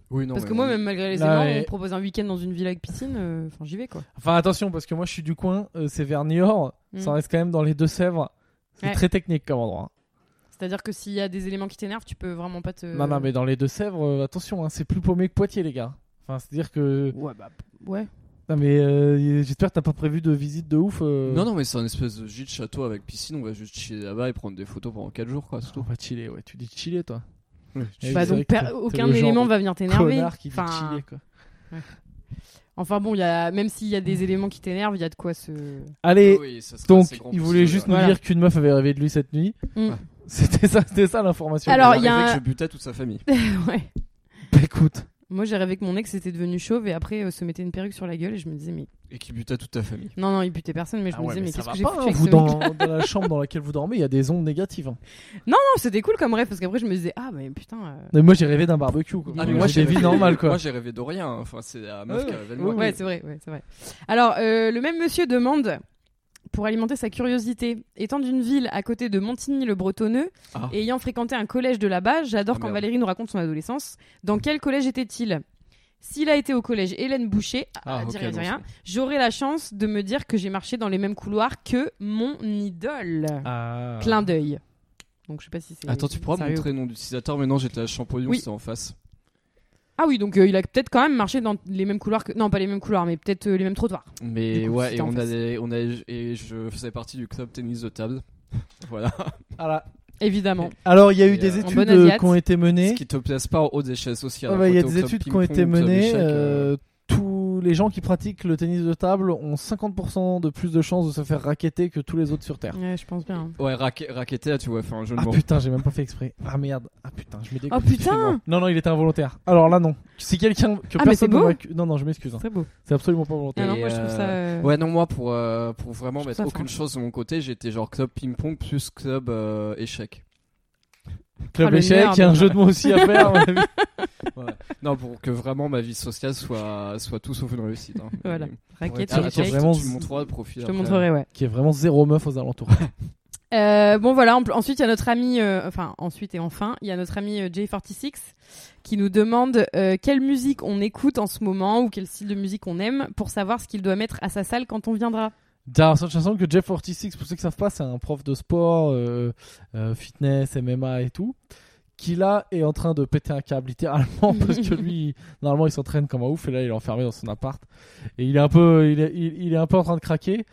Oui, non,
Parce que
mais
moi,
on est-
même malgré les
Non,
éléments,
mais-
on propose un week-end dans une villa avec piscine, euh, enfin j'y vais quoi.
enfin attention parce que moi je suis du coin, euh, c'est vers Niort, ça
Mm.
reste quand même dans les deux Sèvres. C'est
Ouais.
très technique comme endroit.
C'est-à-dire que s'il y a des éléments qui t'énervent, tu peux vraiment pas te.
Non, non, mais dans les deux Sèvres, euh, attention, hein, c'est plus paumé que Poitiers, les gars. Enfin, c'est-à-dire que.
Ouais, bah. Ouais.
Non, mais euh, j'espère que t'as pas prévu de visite de ouf. euh.
Non, non, mais c'est un espèce de gîte château avec piscine. On va juste chiller là-bas et prendre des photos pendant 4 jours, quoi. c'est
On
tout.
va chiller, ouais. Tu dis chiller, toi. Eh
Bah,
oui, c'est
donc
vrai que
per-
t'es- t'es
aucun
le genre
élément
de
va venir t'énerver.
Connard qui dit
Enfin,
chiller, quoi.
Enfin bon, il y a... même s'il y a des éléments qui t'énervent, il y a de quoi se.
Allez,
Oui, ça serait
donc
assez grand
il
pour
voulait
ça,
juste
ouais.
nous
Voilà.
dire qu'une meuf avait rêvé de lui cette nuit.
Mm.
C'était ça, c'était ça l'information.
Alors,
Elle
il y a
rêvait
un-
que je butais toute sa famille.
ouais.
Bah, écoute,
Moi, j'ai rêvé que mon ex était devenu chauve et après euh, se mettait une perruque sur la gueule et je me disais, mais.
Et qui butait toute ta famille.
Non, non, il butait personne, mais je
Ah
me
ouais,
disais, mais,
ça
qu'est-ce
va
que j'ai
pas,
foutu
hein,
avec
vous
ce
dans,
mec-là
dans la chambre dans laquelle vous dormez, il y a des ondes négatives. hein.
Non, c'était cool comme rêve parce qu'après, je me disais, ah, mais putain. euh,
Mais moi j'ai rêvé d'un barbecue. Quoi.
Ah, mais moi,
moi j'ai
rêvé-
vie normale quoi.
Moi j'ai rêvé de rien. Enfin, c'est euh, la meuf
Ouais,
qui a rêvé de moi.
ouais,
Ouais, c'est vrai, ouais, c'est vrai. Alors, euh, le même monsieur demande, pour alimenter sa curiosité, étant d'une ville à côté de Montigny-le-Bretonneux
Ah.
et ayant fréquenté un collège de là-bas, j'adore
Ah,
quand
merde.
Valérie nous raconte son adolescence. Dans quel collège était-il S'il a été au collège Hélène Boucher, ah, dis
ok,
rien, dis
non,
rien,
c'est-
j'aurai la chance de me dire que j'ai marché dans les mêmes couloirs que mon idole.
Ah.
Clin d'œil. Donc, je sais pas si c'est.
Attends, tu pourras
sérieux.
montrer le nom d'utilisateur, mais non, j'étais à Champollion,
Oui.
c'était en face.
Ah oui, donc euh, il a peut-être quand même marché dans les mêmes couloirs que. Non, pas les mêmes couloirs, mais peut-être euh, les mêmes trottoirs.
Mais
Du coup,
ouais,
c'était
et
en
on
face.
allait, on allait- et je faisais partie du club tennis de table. voilà.
Voilà.
Évidemment.
Ah Alors il y a
Et,
eu des
euh,
en
études
bon
euh,
asiate.
qui ont été
Ce
menées.
qui te place pas en haut des chaises aussi.
Ah
à
bah, Il y a
côté au
des
club
études qui ont
ping-pong,
été
club
menées.
échec, euh,
euh, tous où les gens qui pratiquent le tennis de table ont 50% de plus de chances de se faire raqueter que tous les autres sur Terre.
Ouais, je pense bien.
Ouais, raqueter, tu vois, faire un jeu de
Ah
mots.
putain, j'ai même pas fait exprès. Ah merde. Ah putain, je me dégoûte.
Oh putain
Non, non, il était involontaire. Alors là, non. Si quelqu'un. Que
Ah, mais c'est
personne ne
beau.
m'a accu- Non, non, je m'excuse. hein.
Très beau.
C'est absolument pas volontaire.
Ah non,
Et,
moi je trouve ça. euh,
Ouais, non, moi, pour, euh, pour vraiment
Je
mettre
trouve ça
aucune chose de mon côté, j'étais genre club ping-pong plus club euh, échec.
Club
Ah, le
échec,
nerd.
il y a un jeu de mots aussi à faire. à mon avis.
Non, pour que vraiment ma vie sociale soit, soit tout sauf une réussite. hein.
Voilà.
Et-
Raquette,
Ah,
Ah,
mais
échec.
attends,
vraiment,
vraiment,
tu me montreras le profil.
Je te
après.
montrerai, ouais.
Qui est vraiment zéro meuf aux alentours.
Euh, bon voilà, en pl- ensuite il y a notre ami, euh, enfin ensuite et enfin, il y a notre ami euh, J46 qui nous demande euh, quelle musique on écoute en ce moment ou quel style de musique on aime pour savoir ce qu'il doit mettre à sa salle quand on viendra.
D'ailleurs, sachant que Jeff 46, pour ceux qui savent pas, c'est un prof de sport, euh, euh, fitness, MMA et tout, qui là est en train de péter un câble littéralement parce que lui, normalement, il s'entraîne comme un ouf et là, il est enfermé dans son appart et il est un peu, il est, il, il est un peu en train de craquer.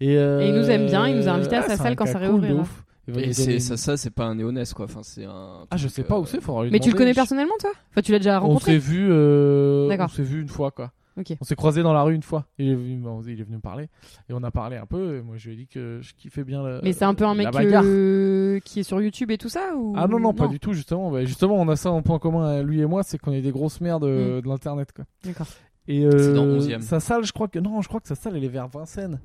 Et, euh,
Et il nous aime bien, il nous a invités à
ah,
sa
c'est un
salle quand
gars
ça
cool de
réouvrira.
ouf. Il va
Et
nous
c'est-
donner-
ça, ça c'est pas un néonesse quoi. Enfin, c'est un.
Ah, je sais
truc,
pas
euh,
où c'est, faudra lui
Mais tu le
demander.
connais
Je-
personnellement toi Enfin tu l'as déjà
On
rencontré
s'est vu, euh, on
D'accord.
s'est vu une fois quoi.
Ok.
On s'est croisé dans la rue une fois. Il est venu, il est venu me parler et on a parlé un peu. Et moi, je lui ai dit que je kiffais bien. la-
Mais c'est un peu un
la
mec
bagarre.
euh, qui est sur YouTube et tout ça ou
Ah non, non, pas du tout, justement. Bah, justement, on a ça en point commun, euh, lui et moi, c'est qu'on est des grosses merdes
Mm.
euh, de l'Internet. quoi.
D'accord.
Et euh,
C'est dans 11e.
sa salle, je crois que. Non, je crois que sa salle, elle est vers Vincennes.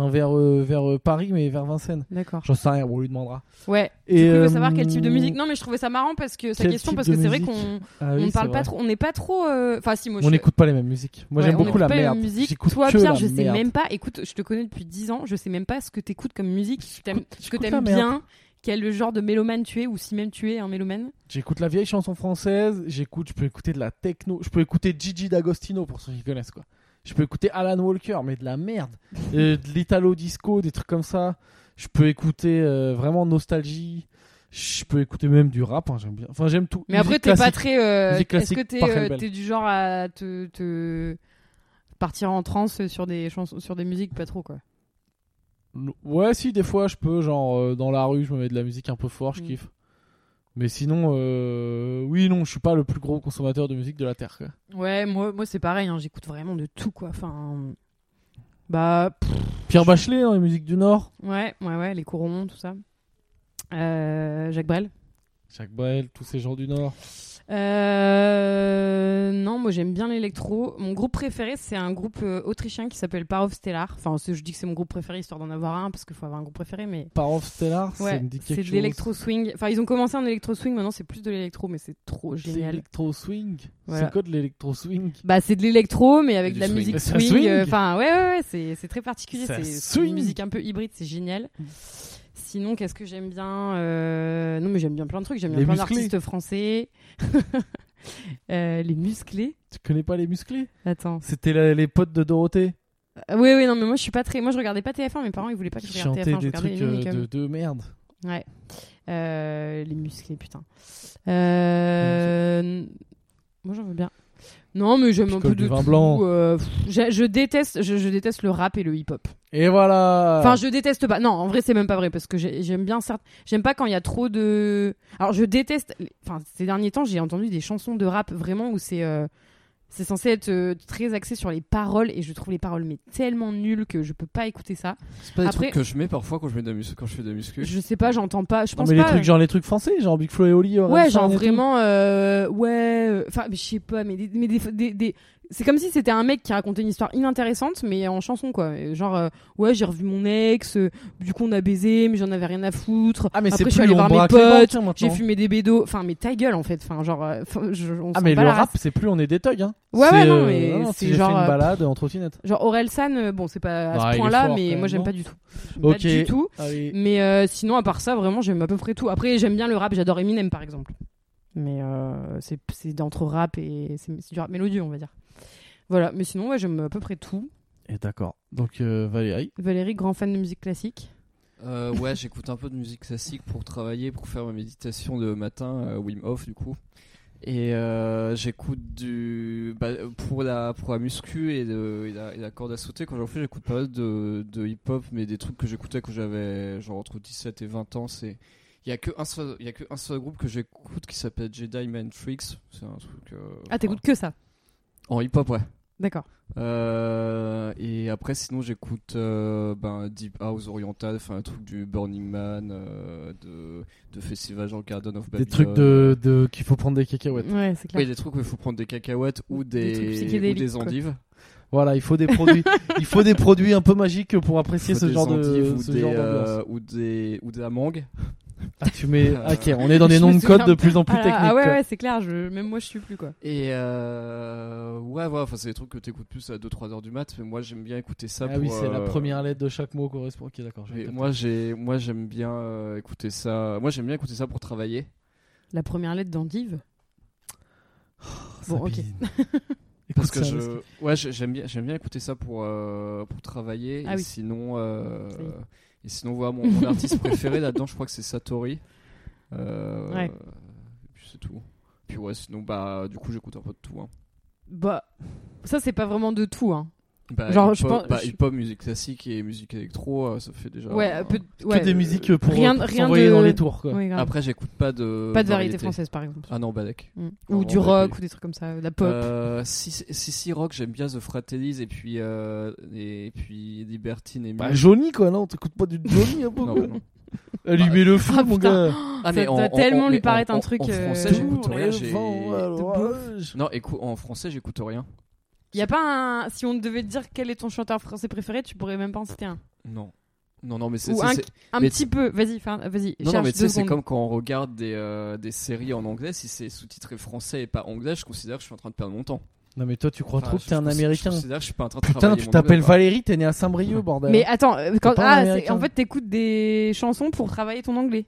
Enfin, vers, euh, vers euh, Paris, mais vers Vincennes.
D'accord.
J'en sais rien, on lui demandera.
Ouais.
Et,
Il
euh,
faut savoir quel type de musique. Non mais je trouvais ça marrant parce que sa
quel
question
type
parce
de
que c'est vrai
musique
qu'on
Ah
on
oui,
ne parle
c'est
pas
vrai.
trop, on n'est pas trop. euh, Enfin si moi
On
je.
n'écoute pas les mêmes musiques. Moi,
Ouais,
j'aime
on
beaucoup la
n'écoute pas les
merde.
musiques.
J'écoute
Toi,
que
Pierre,
la
je sais
merde.
même pas. Écoute, je te connais depuis 10 ans, je sais même pas ce que t'écoutes comme musique, ce que t'aimes- ce que
j'écoute la
t'aimes
merde.
bien, quel genre de mélomane tu es, ou si même tu es un mélomane.
J'écoute la vieille chanson française, j'écoute, je peux écouter de la techno, je peux écouter Gigi D'Agostino pour ceux qui connaissent quoi. Je peux écouter Alan Walker, mais de la merde. Euh, de l'italo disco, des trucs comme ça. Je peux écouter euh, vraiment nostalgie. Je peux écouter même du rap, hein, j'aime bien. Enfin, j'aime tout.
Mais après,
Musique
t'es pas
classique.
très. euh,
Musique
Est-ce
classique
que t'es
par
euh,
Campbell.
t'es du genre à te, te partir en transe sur des chansons, sur des musiques Pas trop quoi.
Ouais, si, des fois, je peux, genre, euh, dans la rue, je me mets de la musique un peu fort, je
Mm.
kiffe. Mais sinon, euh, oui, non, je suis pas le plus gros consommateur de musique de la Terre. quoi.
Ouais, moi, moi c'est pareil, hein, j'écoute vraiment de tout quoi. Enfin. Bah. pff,
Pierre Bachelet, dans les musiques du Nord.
ouais, ouais, ouais, les corons, tout ça. Euh, Jacques Brel.
Jacques Brel, tous ces gens du Nord.
Euh, non, moi j'aime bien l'électro. Mon groupe préféré, c'est un groupe euh, autrichien qui s'appelle Parov Stellar. Enfin, c'est- je dis que c'est mon groupe préféré histoire d'en avoir un parce qu'il faut avoir un groupe préféré, mais
Parents Stellar, ça
ouais,
me dit quelque
c'est
chose.
de l'électro swing. Enfin, ils ont commencé en électro swing, maintenant c'est plus de l'électro, mais c'est trop génial.
L'électro swing.
Voilà.
C'est quoi de l'électro swing
Bah, c'est de l'électro, mais avec de
Et du
la
swing.
musique
Ça
swing.
swing
euh, Enfin, ouais, ouais, ouais, c'est c'est très particulier.
Ça
C'est c'est
swing.
une musique un peu hybride, c'est génial. Sinon, qu'est-ce que j'aime bien Euh, Non, mais j'aime bien plein de trucs. J'aime bien
Les
plein
musclés.
d'artistes français. Euh, les musclés.
Tu connais pas les musclés
Attends.
C'était la- les potes de Dorothée
Euh, Oui, oui, non, mais moi je suis pas très. Moi je regardais pas TF1, mes parents ils voulaient pas que
qui
je regarde
chantaient
TF1, je
des
regardais
trucs
les
euh,
Minicums.
de, de merde.
Ouais. Euh, les musclés, putain. Euh, Moi j'en veux bien. Non, mais j'aime un
Picole
peu
du
de
vin
tout.
blanc.
euh, pff, j'ai- je, déteste, je, je déteste le rap et le hip-hop.
Et voilà
Enfin, je déteste pas. Non, en vrai, c'est même pas vrai parce que j'ai- j'aime bien certes. J'aime pas quand il y a trop de. Alors, je déteste. Enfin, ces derniers temps, j'ai entendu des chansons de rap vraiment où c'est. euh, C'est censé être euh, très axé sur les paroles et je trouve les paroles mais tellement nulles que je peux pas écouter ça.
C'est pas des
Après-
trucs que je mets parfois quand je, mets de la mus- quand je fais de la muscu.
Je sais pas, j'entends pas. Je
Non,
pense
mais les
pas.
trucs, genre les trucs français, genre Big Flo et Oli. Orelsan
ouais, genre
et tout.
vraiment. euh, ouais. euh, Enfin, mais je sais pas. Mais des, mais des, des- des- c'est comme si c'était un mec qui racontait une histoire inintéressante, mais en chanson quoi. Euh, Genre, euh, ouais, j'ai revu mon ex. euh, du coup, on a baisé, mais j'en avais rien à foutre.
Ah, mais
Après,
c'est
je
plus
suis allée voir
on
mes
braque les banques,
potes.
hein,
J'ai
maintenant.
fumé des bédos. Enfin, mais ta gueule en fait. Enfin, genre. euh, enfin, je- on
Ah,
sent
mais
pas
le
la
rap,
race.
c'est plus on est des thugs. Hein.
Ouais, ouais,
C'est,
non,
euh,
mais
non,
c'est
si j'ai fait
genre.
une
euh,
balade en trottinette.
Genre Aurel San, euh, bon, c'est pas à
Ah, il
ce
est
point-là,
fort, quand
mais
même,
moi j'aime
non
pas du tout. J'aime
Ok.
Pas du tout. Mais euh, sinon, à part ça, vraiment, j'aime à peu près tout. Après, j'aime bien le rap, j'adore Eminem par exemple. Mais euh, c'est c'est d'entre rap et c'est c'est du rap mélodieux, on va dire. Voilà, mais sinon, ouais, j'aime à peu près tout.
Et d'accord. Donc, euh, Valérie.
Valérie, grand fan de musique classique.
Euh, ouais, j'écoute un peu de musique classique pour travailler, pour faire ma méditation de matin, euh, Wim Hof du coup. Et euh, j'écoute du. bah, pour, la, pour la muscu et, de- et la, et la corde à sauter, quand j'en fais, j'écoute pas mal de, de hip-hop, mais des trucs que j'écoutais quand j'avais genre entre 17 et 20 ans. C'est. Il y a que un seul, il y a que un seul groupe que j'écoute qui s'appelle Jedi Man Tricks. C'est un truc. euh,
Ah, t'écoutes que ça
En hip-hop, ouais.
D'accord.
Euh, et après, sinon, j'écoute euh, ben, Deep House Oriental, enfin un truc du Burning Man, euh, de, de festival genre Garden of Babylon.
Des trucs de, de- qu'il faut prendre des cacahuètes.
Ouais, c'est clair.
Oui, des trucs où il faut prendre des cacahuètes ou
Des trucs
des, ou
psychédéliques,
des
quoi.
endives.
Voilà, il faut des produits, il faut des produits un peu magiques pour apprécier
Faut
ce
des
genre
endives
de
ou
ce
des,
genre d'ambiance.
euh, ou des ou des amangues.
Ah, tu mets.
Euh,
Ok, on est dans des
Je
noms
me
de code de
souviens
plus en plus
Ah, là,
techniques.
ah ouais,
quoi.
ouais, c'est clair. Je... Même moi, je suis plus quoi.
Et euh, ouais, ouais, enfin, c'est des trucs que t'écoutes plus à 2-3 heures du mat, mais moi j'aime bien écouter ça.
Ah
pour,
oui, c'est la
euh,
première lettre de chaque mot correspond. Ok, d'accord. j'ai
mais
capté.
Moi j'ai, moi j'aime bien euh, écouter ça. Moi j'aime bien écouter ça pour travailler.
La première lettre d'Andive.
Oh,
bon, ok.
Sabine.
Parce
Écoute
que
ça,
je,
parce que-
ouais, je- j'aime bien, j'aime bien écouter ça pour euh, pour travailler.
Ah
et
oui.
Sinon, euh,
Ça y est.
et sinon, voilà, mon, mon artiste préféré là-dedans, je crois que c'est Satori. Euh,
Ouais.
et puis c'est tout. Puis ouais, sinon bah du coup j'écoute un peu de tout. Hein.
Bah, ça, c'est pas vraiment de tout. Hein.
Bah,
Genre,
hip-hop-
je pense-
bah,
je-
hip-hop, musique classique et musique électro, euh, ça fait déjà.
ouais,
euh,
peu-
que
ouais.
des musiques pour,
rien-
pour
rien
s'envoyer
de-
dans les tours, quoi.
Ouais, grave.
Après j'écoute pas de.
pas de variété, française, par exemple.
Ah non, Badek.
Mm.
Vraiment,
Ou du
bah,
rock,
oui.
ou des trucs comme ça. De la pop.
Euh, si, si, si, rock, j'aime bien The Fratellis et puis, euh, et puis Libertine et
Bah,
Muse.
Johnny, quoi, non T'écoutes pas du Johnny un peu
Non,
quoi
bah non.
Allumez le feu,
Ah,
mon
putain.
gars
Ah, mais
Ça
en-
doit
en-
tellement
en-
lui
mais
paraître
en-
un truc,
En, en
euh,
français,
Tout
j'écoute
Tourne
rien.
les
j'ai-
vents à l'orage.
Non, écou- en français, j'écoute rien.
Y a pas un. Si on devait te dire quel est ton chanteur français préféré, tu pourrais même pas en citer un.
Non. Non, non, mais c'est.
Ou
c'est-
un,
c'est-
un
mais-
petit peu. Vas-y, enfin, vas-y.
Non, non,
cherche
mais tu sais,
deux
c'est
secondes.
comme quand on regarde des, euh, des séries en anglais, si c'est sous-titré français et pas anglais, je considère que je suis en train de perdre mon temps.
Non, mais toi, tu crois
Enfin,
trop que
je-
t'es
je
un
consi-
américain.
Je considère que je suis pas en train de
Putain,
travailler
tu
mon
t'appelles
anglais, quoi.
Valérie, t'es né à Saint-Brieuc, bordel.
Mais attends, euh, quand,
pas un
ah, c'est-
Américain.
en fait, t'écoutes des chansons pour travailler ton anglais.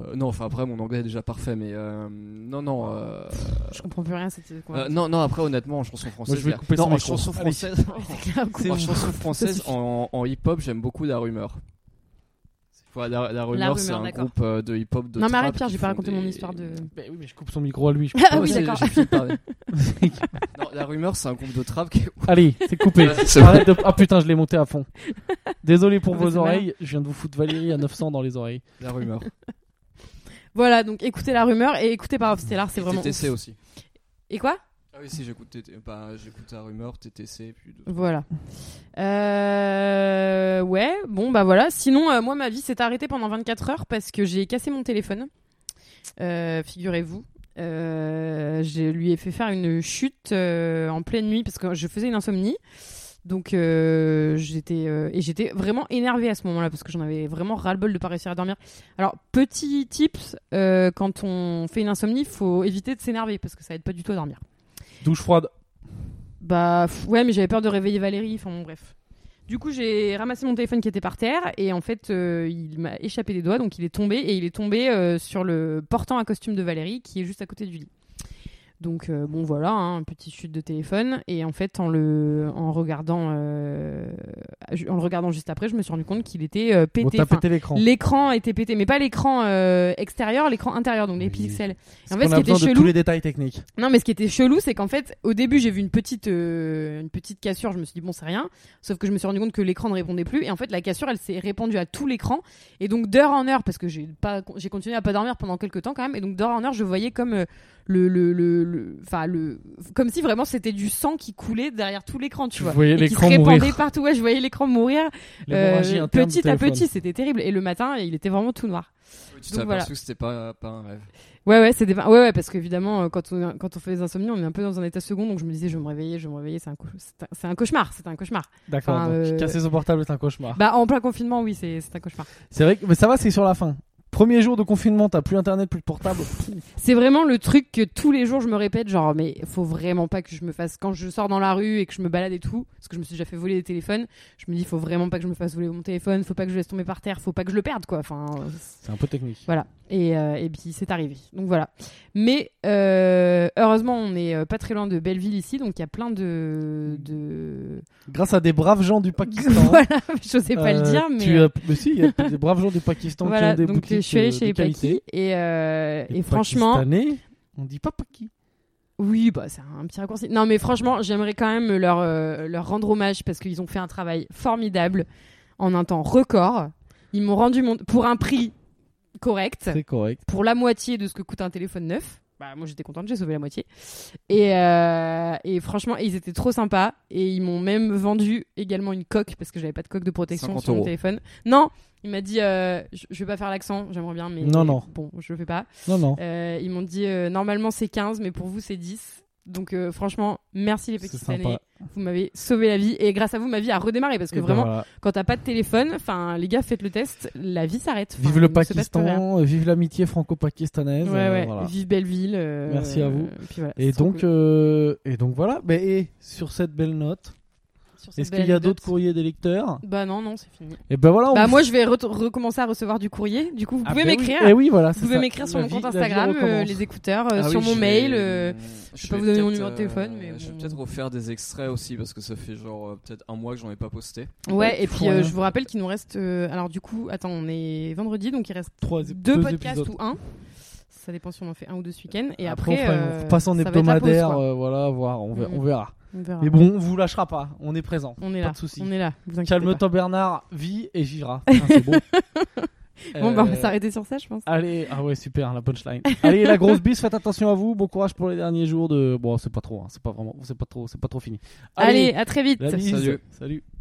Euh, non, enfin après, mon anglais est déjà parfait, mais euh, non, non. euh,
Je comprends plus rien à cette
euh,
conversation.
non, non, après, honnêtement, en chanson française.
je vais
il y a-
couper
non,
son
en
micro.
chanson
Allez.
française.
C'est grave, quoi.
En chanson française, en, en hip-hop, j'aime beaucoup La Rumeur. Voilà, la, la Rumeur, c'est
Rumeur,
un
d'accord.
groupe euh, de hip-hop de
Non, mais
trap
arrête, Pierre,
qui
j'ai pas
font
raconté
des-
mon histoire de.
Bah oui, mais je coupe son micro à lui. je
Ah
coupe
oui,
pas.
j'ai-
d'accord.
j'ai fini de parler. Non, La Rumeur, c'est un groupe de trap qui...
Allez, c'est coupé.
C'est
Arrête de- Ah putain, je l'ai monté à fond. Désolé pour
Ah, mais
vos
c'est malin.
oreilles, je viens de vous foutre Valérie à 900 dans les oreilles.
La Rumeur.
Voilà, donc écoutez la rumeur et écoutez Parov Stellar, c'est
Et
vraiment.
TTC
ouf.
aussi.
Et quoi
Ah oui, si, j'écoute TT bah, j'écoute La Rumeur, TTC, puis... d'autres.
Voilà. Euh, Ouais, bon, bah voilà. Sinon, euh, moi, ma vie s'est arrêtée pendant 24 heures parce que j'ai cassé mon téléphone. Euh, Figurez-vous. Euh, je lui ai fait faire une chute euh, en pleine nuit parce que je faisais une insomnie. Donc, euh, j'étais. euh, et j'étais vraiment énervée à ce moment-là parce que j'en avais vraiment ras-le-bol de pas réussir à dormir. Alors, petit tips euh, quand on fait une insomnie, faut éviter de s'énerver parce que ça aide pas du tout à dormir.
Douche froide.
Bah pff, ouais, mais j'avais peur de réveiller Valérie. Enfin bon, bref. Du coup, j'ai ramassé mon téléphone qui était par terre et en fait, euh, il m'a échappé des doigts, donc il est tombé et il est tombé euh, sur le portant à costume de Valérie qui est juste à côté du lit. Donc euh, bon voilà, hein, un petit chute de téléphone et en fait en le en regardant euh, en le regardant juste après, je me suis rendu compte qu'il était euh,
Bon,
pété.
t'as
Enfin,
pété l'écran.
l'écran était pété, mais pas l'écran euh, extérieur, l'écran intérieur, donc les
Oui.
pixels.
Parce
en fait,
qu'on
ce
a
qui était
besoin de
chelou-
tous les détails techniques.
Non, mais ce qui était chelou, c'est qu'en fait, au début, j'ai vu une petite, euh, une petite cassure. Je me suis dit, bon, c'est rien. Sauf que je me suis rendu compte que l'écran ne répondait plus. Et en fait, la cassure, elle s'est répandue à tout l'écran. Et donc, d'heure en heure, parce que j'ai pas, j'ai continué à pas dormir pendant quelques temps quand même. Et donc, d'heure en heure, je voyais comme euh, le, le, le, le- enfin, le, comme si vraiment c'était du sang qui coulait derrière tout l'écran, tu,
Tu
vois.
voyais
Et qui se
l'écran
répandait
mourir.
partout. Ouais, je voyais l'écran mourir
L'hémorragie
euh,
interne du
petit à
téléphone.
petit. C'était terrible. Et le matin, il était vraiment tout noir.
Tu t'es
Donc,
aperçu
voilà.
que c'était pas, pas un rêve.
Ouais, ouais, c'est des... ouais, ouais, parce qu'évidemment, euh, quand on, quand on fait des insomnies, on est un peu dans un état second, donc je me disais, je vais me réveiller, je vais me réveiller, c'est un, cau- c'est un- c'est un cauchemar, c'est un cauchemar.
D'accord.
Enfin,
donc,
euh,
Casser son portable, c'est un cauchemar.
Bah, en plein confinement, oui, c'est c'est un cauchemar.
C'est vrai que mais ça va, c'est sur la fin. Premier jour de confinement, t'as plus internet, plus de portable.
C'est vraiment le truc que tous les jours je me répète, genre, mais faut vraiment pas que je me fasse, quand je sors dans la rue et que je me balade et tout, parce que je me suis déjà fait voler des téléphones, je me dis, faut vraiment pas que je me fasse voler mon téléphone, faut pas que je laisse tomber par terre, faut pas que je le perde, quoi. Enfin, euh,
C'est un peu technique.
Voilà. Et, euh, et puis c'est arrivé. Donc voilà. Mais euh, heureusement, on est euh, pas très loin de Belleville ici, donc il y a plein de. de...
Grâce à des braves gens du Pakistan.
voilà, j'osais pas le
euh,
dire, mais.
tu
euh,
as- mais si, il y a des braves gens du Pakistan
voilà,
qui ont des
donc
boutiques
je suis allée
euh,
chez
de
les Pakis
qualité.
et, euh,
Les
et franchement,
Pakistanais, on dit pas Paki.
oui, bah c'est un petit raccourci. Non, mais franchement, j'aimerais quand même leur, euh, leur rendre hommage parce qu'ils ont fait un travail formidable en un temps record. Ils m'ont rendu mon pour un prix correct,
C'est correct.
pour la moitié de ce que coûte un téléphone neuf. bah, moi j'étais contente, j'ai sauvé la moitié. Et, euh, et franchement, ils étaient trop sympas. Et ils m'ont même vendu également une coque parce que j'avais pas de coque de protection
50
sur mon
euros.
téléphone. Non, il m'a dit, euh, je, je vais pas faire l'accent, j'aimerais bien, mais
Non, non.
bon, je le fais pas.
Non, non.
Euh, ils m'ont dit, euh, normalement c'est 15, mais pour vous c'est 10. Donc euh, franchement, merci les
C'est
petites
sympa.
années. Vous m'avez sauvé la vie et grâce à vous, ma vie a redémarré parce que
Et ben
vraiment,
voilà.
quand t'as pas de téléphone, enfin les gars, faites le test, la vie s'arrête. Enfin,
Vive le
il ne se passe plus rien.
Pakistan, euh, vive l'amitié franco-pakistanaise.
Ouais,
euh,
ouais.
voilà.
Vive Belleville. euh,
Merci à vous.
puis voilà,
Et
c'est trop
donc,
cool.
euh, et donc voilà. Mais et sur cette belle note,
Sur cette
est-ce
belle
qu'il y a
anecdote.
d'autres courriers des lecteurs
Bah non, non, c'est fini.
Et ben voilà. on
Bah
vous-
moi, je vais re- recommencer à recevoir du courrier. Du coup, vous
Ah
pouvez
ben oui.
m'écrire.
Eh oui, voilà.
Vous pouvez m'écrire sur mon compte Instagram, euh, les écouteurs, euh,
Ah
sur
oui,
mon
je
mail.
vais,
euh,
hum,
je
je
peux
vais
vous donner mon
peut-être, euh,
numéro de téléphone, mais
Je vais
bon.
peut-être refaire des extraits aussi parce que ça fait genre euh, peut-être un mois que j'en ai pas posté.
Ouais, et puis
Ouais.
euh, je vous rappelle qu'il nous reste. euh, alors du coup, attends, on est vendredi, donc il reste
Trois,
deux,
deux
podcasts
épisodes.
ou un. Ça dépend si on en fait un ou deux ce week-end. Et
Après,
après,
on, fera-
euh,
on passe en
ça va être la pause,
hebdomadaire,
quoi.
euh, voilà, voir, on verra.
Mhm.
on verra.
On verra.
Mais bon, on vous lâchera pas, on est présent.
on est
pas
là.
de soucis.
On est là. vous inquiétez
Calme-toi Bernard, vis et vivra. Putain, c'est beau.
pas. Bon, bah on va
Euh,
s'arrêter sur ça, je pense.
Allez, ah ouais, super, la punchline. Allez, la grosse bise, faites attention à vous. Bon courage pour les derniers jours de. Bon, c'est pas trop, hein, c'est pas vraiment, c'est pas trop, c'est pas trop fini.
Allez, à très vite.
la bise.
Salut.
Salut.